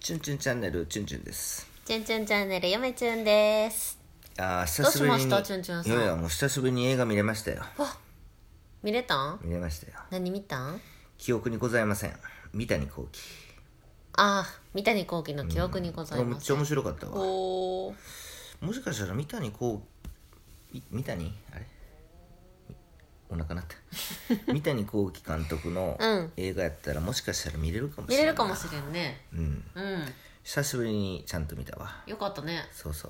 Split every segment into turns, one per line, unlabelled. チュンチュンチャンネルチュンチュンです
チュンチュンチャンネルよめちゅんです
あー久しぶりに
どうしましたチュンチュンさん
いやいやもう久しぶりに映画見れましたよ
見れたん
見れましたよ
何見たん
記憶にございません三谷幸喜
ああ三谷幸喜の記憶にござい
めっ
ま
ち
す、
ゃ面白かったわ
おー
もしかしたら三谷幸喜三谷あれお腹なった 三谷幸喜監督の
うん
映画やったらもしかしたら見れるかもし
見
れな
れ
い
るかもしれんね
うん
うん
久しぶりにちゃんと見たわ
よかったね
そうそ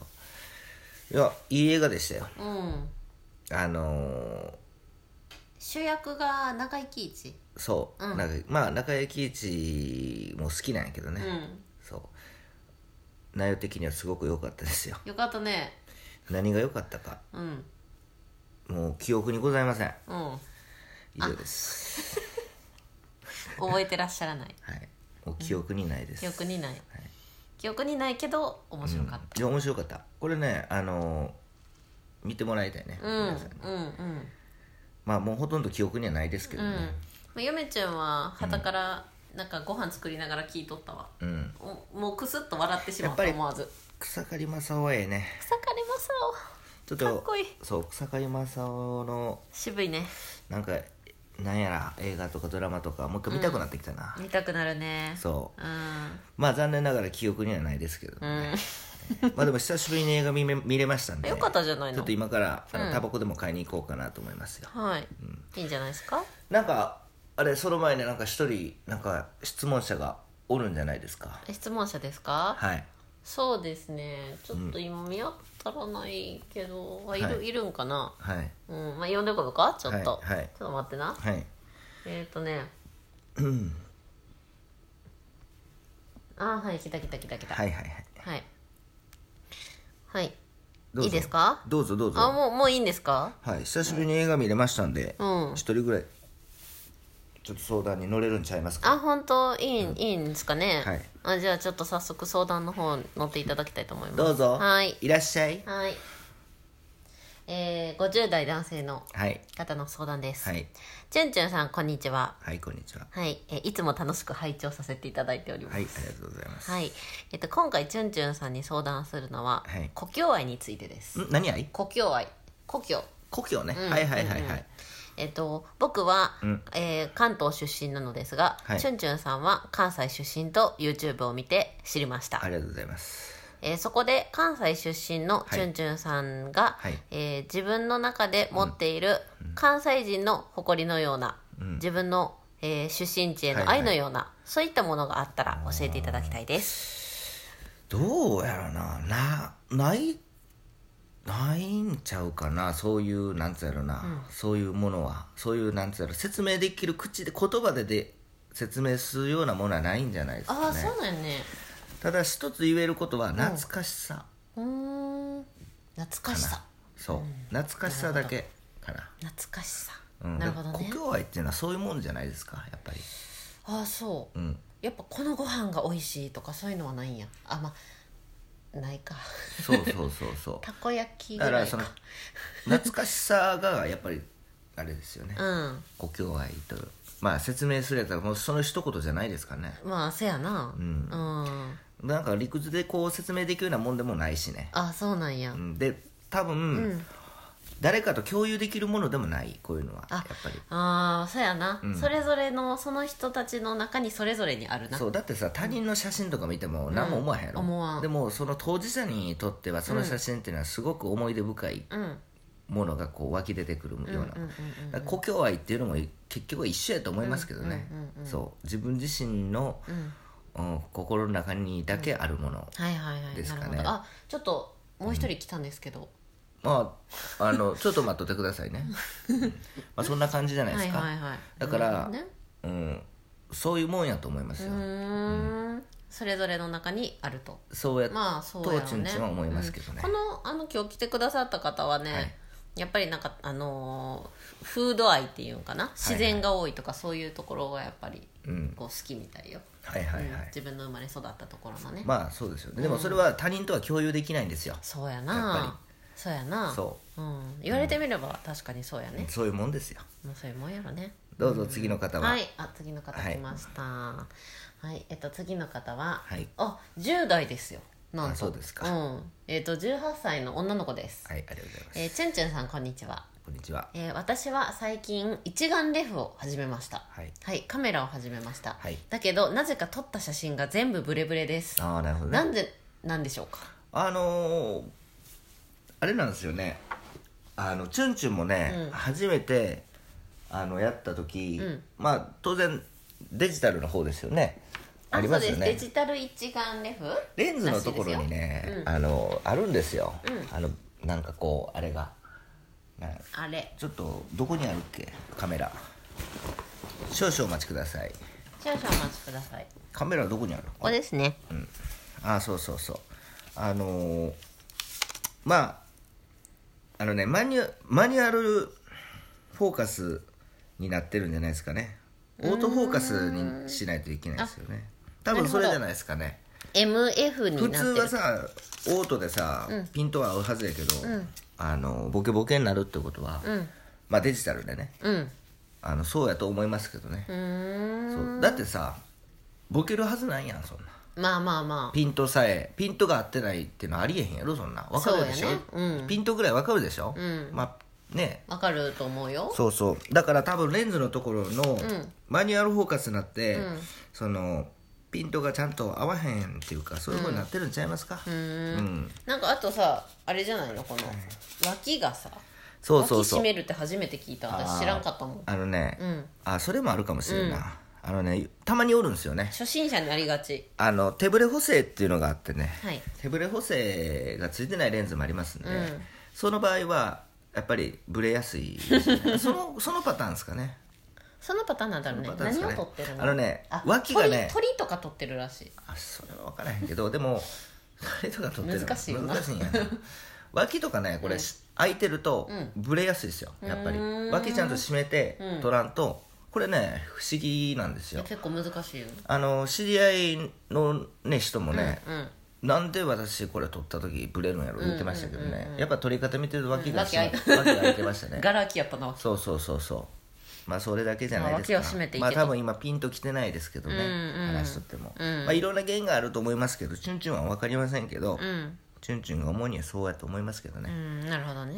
ういやいい映画でしたよ
うん
あの
主役が中井貴一
ーそう、なんかまあ中井貴一も好きなんやけどね、
う
そう内容的にはすごく良かったですよ
んよかったね
何が良かったか
うん
もう記憶にございません
うん
以上です
覚えてらっしゃらない
はいもう記憶にないです、
記憶にない、記憶にないけど面白かっ
いや面白かったこれねあのー見てもらいたいね、
た、うん、うん
皆さんに
うんうん
まあもうほとんど記憶にはないですけど
うん
ね
まあよめちゃんは旗からなんかご飯作りながら聞いとったわ、
うん、
おもうクスッと笑ってしまっ
や
た
っぱり
思わず
草刈正雄はええね
草刈正
ちょっ
雄かっ
と
こいい
そう草刈正雄の
渋いね
なんかなんやら映画とかドラマとかもう一回見たくなってきたな、
見たくなるね
そう
うん
まあ残念ながら記憶にはないですけどね、まあでも久しぶりに映画見れ見れましたんで
よかったじゃな
ち
い
ょっ
の
と今からあ
う
の
ん
タバコでも買いに行こうかなと思いますよ、
はい、いいんじゃないですか
なんかあれその前になんか一人なんか質問者がおるんじゃないですか
質問者ですか、
はい
そうですねちょっと今見当たらないけど、あいる
はい
いるんかな
はい
うんまあ呼んでこようかちょっと、
はいはい
ちょっと待ってな
はい
えっ、ー、と ねあはい来た来た来た来た
はいはいはい
はい。はい。
どうぞ
いいですか
どうぞどう
あ、
ぞ
もう、もういいんですか
はい久しぶりに映画見れましたんで
うん
一。人ぐらいちょっと相談に乗れるんちゃいますか
あ、本当いい、いいんですかね。
はい
あ、じゃあちょっと早速相談の方乗っていただきたいと思います。
どうぞ
はい。
いらっしゃい
はい。えー、50代男性の
はい
方の相談です。
はい
ちゅんちゅんさん、こんにちは。
はいこんにちは
はい。えー、いつも楽しく拝聴させていただいております。
はいありがとうございます
はい。えっと、今回、ちゅんちゅんさんに相談するのは、
はい
故郷愛についてです。
ん何愛
故郷愛。故郷。
故郷ね
うん
はいはいはいはい
えっと、僕は、
うん
えー関東出身なのですが、
はい
チュンチュンさんは関西出身と YouTube を見て知りました、
ありがとうございます
えーそこで関西出身の
はい
チュンチュンさんが、
はい
えー自分の中で持っている関西人の誇りのような、
うん
自分の、えー出身地への愛のような、そういったものがあったら教えていただきたいです
どうやろななないないんちゃうかなそういうなんつうやろな、そういうものはそういうなんつうやろ説明できる口で言葉でで説明するようなものはないんじゃないです
あ
か
あ、
ね
そうなんやね
ただ一つ言えることは懐かしさ、
うーん懐かしさ
そう、懐かしさだけかな
懐かしさ、
うん
なるほど
で
ね
故郷愛っていうのはそういうもんじゃないですかやっぱり
ああそう
うん
やっぱこのご飯が美味しいとかそういうのはないんやあまあない か
そうそうそうそ
たこ焼き
う
ぐ
だからら
い
そ
か
の懐かしさがやっぱりあれですよね、
うん
故郷愛とまあ説明するやつはもうその一言じゃないですかね
まあせやなうんん
なんか理屈でこう説明できるようなもんでもないしね、
あそうなんや
うん、で多分、
ん
誰かと共有できるものでもないこういうのは
あ
やっぱり
ああそうやな
うん
それぞれのその人たちの中にそれぞれにあるな
そうだってさ他人の写真とか見ても何も思わへんやろ、
うん思わん
でもその当事者にとってはその写真っていうのはすごく思い出深い
うんうん
ものがこう湧き出てくるような、
うんうんうん
だから故郷愛っていうのも結局は一緒やと思いますけどね、
うんうんうんうん
そう自分自身の、
うん
うん心の中にだけあるもの、
はいはいはい
です
な
かね
るほどあちょっともう一人来たんですけど
まああのちょっと待っとってください ね、うんまあ、そんな感じじゃないで
は
す
い
か、
はいはい
だから
なるほどね
うん、そういうもんやと思いま
う
すよ、
ーんそれぞれの中にあると
そうやって、
まあそう
と
やろ
ち
うんね
ちんは思いますけどね
うんこのあの今日来てくださった方はね、
はい
やっぱりなんかあのーフード愛っていうんかな自然が多いとかそういうところがやっぱり
うん
こう好きみたいよ、
はいはいはい、
うん自分の生まれ育ったところのね、
まあそうですよねでもそれは他人とは共有できないんですよ、
そうや
やっぱ
なそうやな、
そう
ん、言われてみれば確かにそうや
う
ね、
そういうもんですよ
まあ、そういうもんやろね
どうぞ次の方は、
はい、あ、次の方来ました。はい、えっと、次の方は、
はい
あ、10代ですよ。なんと。
あそうですか
うん。えっと、18歳の女の子です。
はいありがとうございます、
えーチュンチュンさん、こんにちは。
こんにちは
えー私は最近、一眼レフを始めました。
はい
カメラを始めました。
はい
だけど、なぜか撮った写真が全部ブレブレです。
ああなるほどね
なんで、なんでしょうか。
あのーあれなんですよねあのチュンチュンもね、
うん
初めてあのやった時、
うん
まあ当然デジタルの方ですよねありますよ
そうで
ね
す。デジタル一眼レフ
レンズのところに
らしいです
ね
よ、うん
あのあるんですよ、
う
あのなんかこうあれがな
あれ。
ちょっとどこにあるっけカメラ少々お待ちください
少々お待ちください。
カメラどこにある
ここですね。
あそうそうそうあのーまああのねマニュマニュアルフォーカスになってるんじゃないですかねオートフォーカスにしないといけないですよね多分それじゃないですかね
MF になって
普
る
通はさオートでさ、ピントは合うはずやけど、あのボケボケになるってことは、
ん
まあデジタルでね
うん
あのそうやと思いますけどね
う、ーん
そうだってさボケるはずないやんそんな
まあまあまあ
ピントさえピントが合ってないっていうのはありえへんやろそんなわかるでしょ、
そうやねうん
ピントぐらいわかるでしょ、まあね
わかると思うよ
そうそうだから多分レンズのところのマニュアルフォーカスになって、そのピントがちゃんと合わへんっていうかそういうふうになってるんちゃいますか、うん
なんかあとさあれじゃないのこの脇がさ
そうそうそ
脇締
う
めるって初めて聞いた私知らんかったもん
あのね、
ん
あそれもあるかもしれんな、あのねたまにおるんですよね
初心者になりがち
あの手ブレ補正っていうのがあってね、
はい
手ブレ補正がついてないレンズもありますんで、その場合はやっぱりブレやすいです ねそのそのパターンですかね
そのパターンなんだろうね
そのパターンです
何
か
を
ね
撮ってるの
あのね脇がね
鳥鳥とか撮ってるらしい
あそれは分からへんけどでもそれとか撮ってるの
難しいよな
難しいんやな脇とかねこれ、開いてるとブレやすいですよやっぱり
うーん
脇ちゃんと締めて撮らんと、これね不思議なんですよ
結構難しいよ
あの知り合いのね人もね、
うん
なんで私これ撮った時ブレるんやろ言ってましたけどね、やっぱ撮り方見てると脇が
うん脇開いた
脇が開いてましたね
ガラ空きやったな
そうそうそうそうまあそれだけじゃないですか
まあ脇を締めていけと
まあ多分今ピンときてないですけどね、
うんうん
話しとっても、まあいろんな原因があると思いますけどチュンチュンは分かりませんけど、
うん
チュンチュンが主にはそうやと思いますけど
う
ね、
んなるほどね、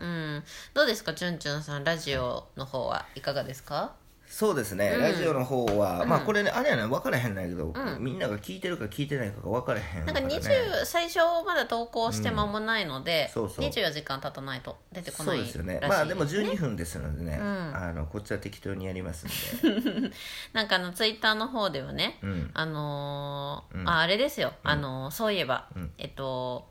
うんどうですかチュンチュンさんラジオの方はいかがですか
そうですね、ラジオの方は、まあこれねあれやね分からへんないけど、みんなが聞いてるか聞いてないかが分からへん
なん
ら
か
ね
20最初まだ投稿して間もないので、
そうそう
24時間経たないと出てこ
そ
な
う
いら
で
しい
すよねまあでも12分ですのでね、あのこっちは適当にやりますんで
なんかあのツイッターの方ではね、
ん
あのーああれですよ、あのーそういえば、えっと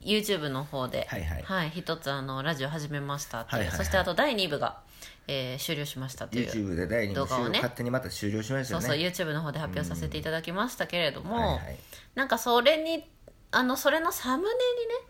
YouTube の方で、
はいはい
一つあのラジオ始めましたっていう、
はいはいはい
そしてあと第2部が、えー終了しましたっていう
YouTube で第2
動
部
画を
終了
ね
勝手にまた終了しました
そ
よ
う
ね
そう YouTube の方で発表させていただきましたけれども、
はいはい
なんかそれにあのそれのサムネ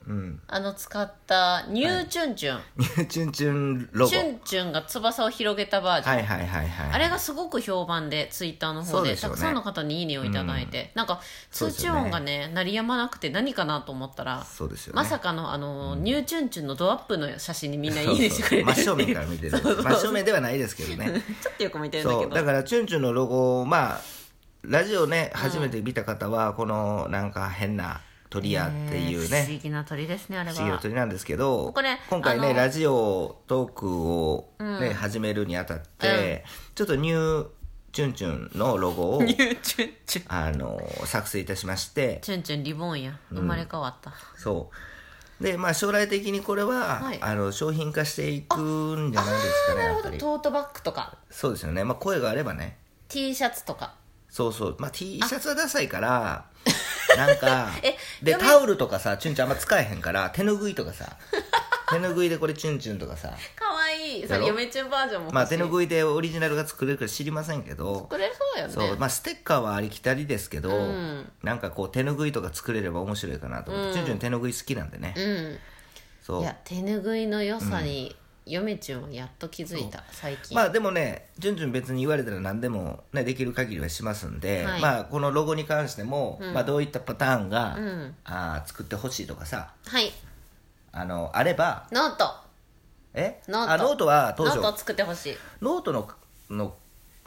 にね
うん
あの使った「ニューチュンチュン」
ニューチュンチュンロボ
チュンチュンが翼を広げたバージョン、
はいはいはいはい
あれがすごく評判でツイッターの
そ
方
う
で
でしょうね
たくさんの方に「いいね」をいただいて、なんか
そう
通
です
知
よね
音がね鳴りやまなくて何かなと思ったら、
そうですよね
まさかのあの、ニューチュンチュンのドアップの写真にみんな「い
そう
い
そ
ね」
う
してく
真
れてるってい
正面
う
から見てる
そうそう
真正面ではないですけどね
ちょっとよく見てるんだ
そ
け
う
ど
だからチュンチュンのロゴまあラジオね初めて見た方はこのなんか変な鳥やっていう
えー不
ね
思議な鳥ですねあれ
不思議な
は
鳥なんですけど
これ
今回
あ
ね
の
ラジオトークをね始めるにあたってちょっとニューチュンチュンのロゴを
ニューチュンチュン
あの作成いたしまして
チュンチュンリボンや生まれ変わった、
そうでまあ将来的にこれは、
はい
あの商品化していくんじゃないですかね
な
や
る
っ
ほ
ぱ
ど
り
トートバッグとか
そうですよねまあ声があればね
T シャツとか
そうそうまあ T シャツはダサい からなんか
え
で
嫁
タオルとかさチュンチュンあんま使えへんから手拭いとか さ手拭いでこれチュンチュンとかさ
かわいいそ
だろ
れ嫁チュンバージョンも欲しい、
まあ手拭いでオリジナルが作れるか知りませんけど
作れそうよね
そうまあステッカーはありきたりですけど、
うん
なんかこう手拭いとか作れれば面白いかなと思って、チュンチュン手拭い好きなんでね、
うん
そう
いや手ぬぐいの良さに、嫁ちゅんはやっと気づいた最近、
まあでもね、じゅんじゅん別に言われたら何でも、ね、できる限りはしますんで、
はい
まあこのロゴに関しても、まあどういったパターンが、
ん
あー作ってほしいとかさ、
はい
あの、あれば、
ノート
え
ノート
あノートは当
ノ
初、
ート
ノ
を作ってほしい
ートの、の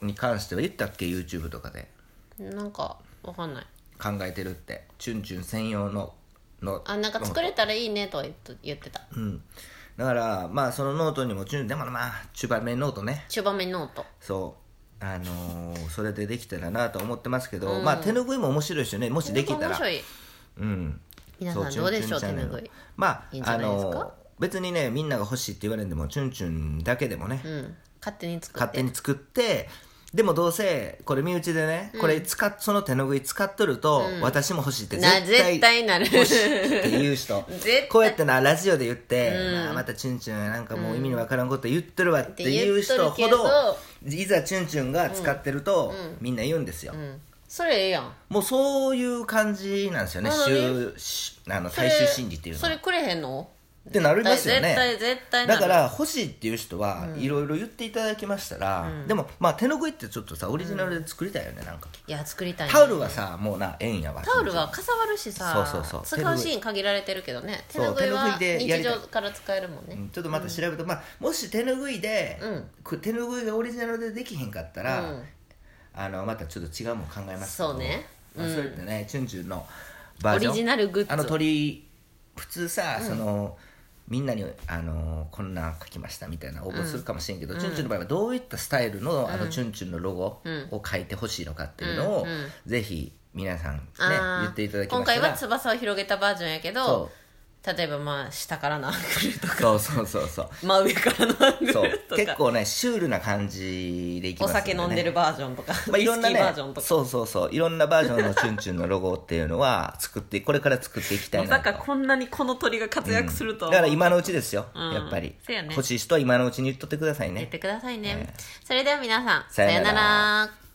に関しては言ったっけ YouTube とかで
なんかわかんない
考えてるってチュンチュン専用のの
あなんか作れたらいいねとは言っと言ってた
うんだからまあそのノートにもチュンでもまあ中盤面ノートね
中盤面ノート
そうあのーそれでできたらなと思ってますけど、まあ手拭いも面白いですよねもしできた
面
ら
白い
うん
皆
そ
さんどうでしょ
チュンチュン
う手
チャンネ
ぬ
ル
ぐい
まあ
いいんじゃ
あ
ないです
の
か
ー別にねみんなが欲しいって言われんでもチュンチュンだけでもね、
うん勝手に作っ
勝手
て
に作ってでもどうせこれ身内でね、これ使っその手拭い使っとると、私も欲しいって絶
な
対
絶対なる
欲しいって言う 人
対
こうやってなラジオで言って、まあまたチュンチュンなんかもう意味のわからんこと言ってるわっていう人
って言
ほ
っとる
どいざチュンチュンが使ってると、みんな言うんですよ、
うん それええやん
もうそういう感じなんですよね
なのに
終しあの
それ
大衆心理っていうの
それくれへんの
ってなりますよね
絶対絶対な
だ
る
から欲しいっていう人はいろいろ言っていただきましたら、でもまあ手拭いってちょっとさオリジナルで作りたいよねなんか
いや作りたいね
タオルはさもうな縁やわ
タオルはかさわるしさ
そうそうそう
使うシーン限られてるけどね手
そう
ぬぐいは
手拭いでや
日
りたい
常から使えるもんね
うんちょっとまた調べて、まあ、もし手拭いで、
うん
く手拭いがオリジナルでできへんかったら、
うん
あのまたちょっと違うもん考えますけど
そうね
まあ、そういったねチュンチュンのバージョン
オリジナルグッズ
あの鳥普通さ、そのみんなにあのこんなん書きましたみたいな応募するかもしれんけど、チュンチュンの場合はどういったスタイルの、あのチュンチュンのロゴを書いてほしいのかっていうのを、
うんうん
ぜひ皆さんね
あー
言っていただきま
今
したら
回は翼を広げたバージョンやけど
そ
例えばまあ下からのアングルとか
そ うそうそうそう
真上からのアング ルと
そ
か
う結構ねシュールな感じでいき
お
ます
酒
ね、
飲んでるバージョンとか、
まあ、いろんな
ウイ
ね
スキーバージョンとか
そうそうそういろんなバージョンのチュンチュンのロゴっていうのは作って これから作っていきた
ま
いな
さ
と
かこんなにこの鳥が活躍すると
だ
は、
から今のうちですよ、
うん
やっぱり、
そうやね
欲しい人は今のうちに言っとってくださいね
言ってくださいね、それでは皆さん
さよなら
さよなら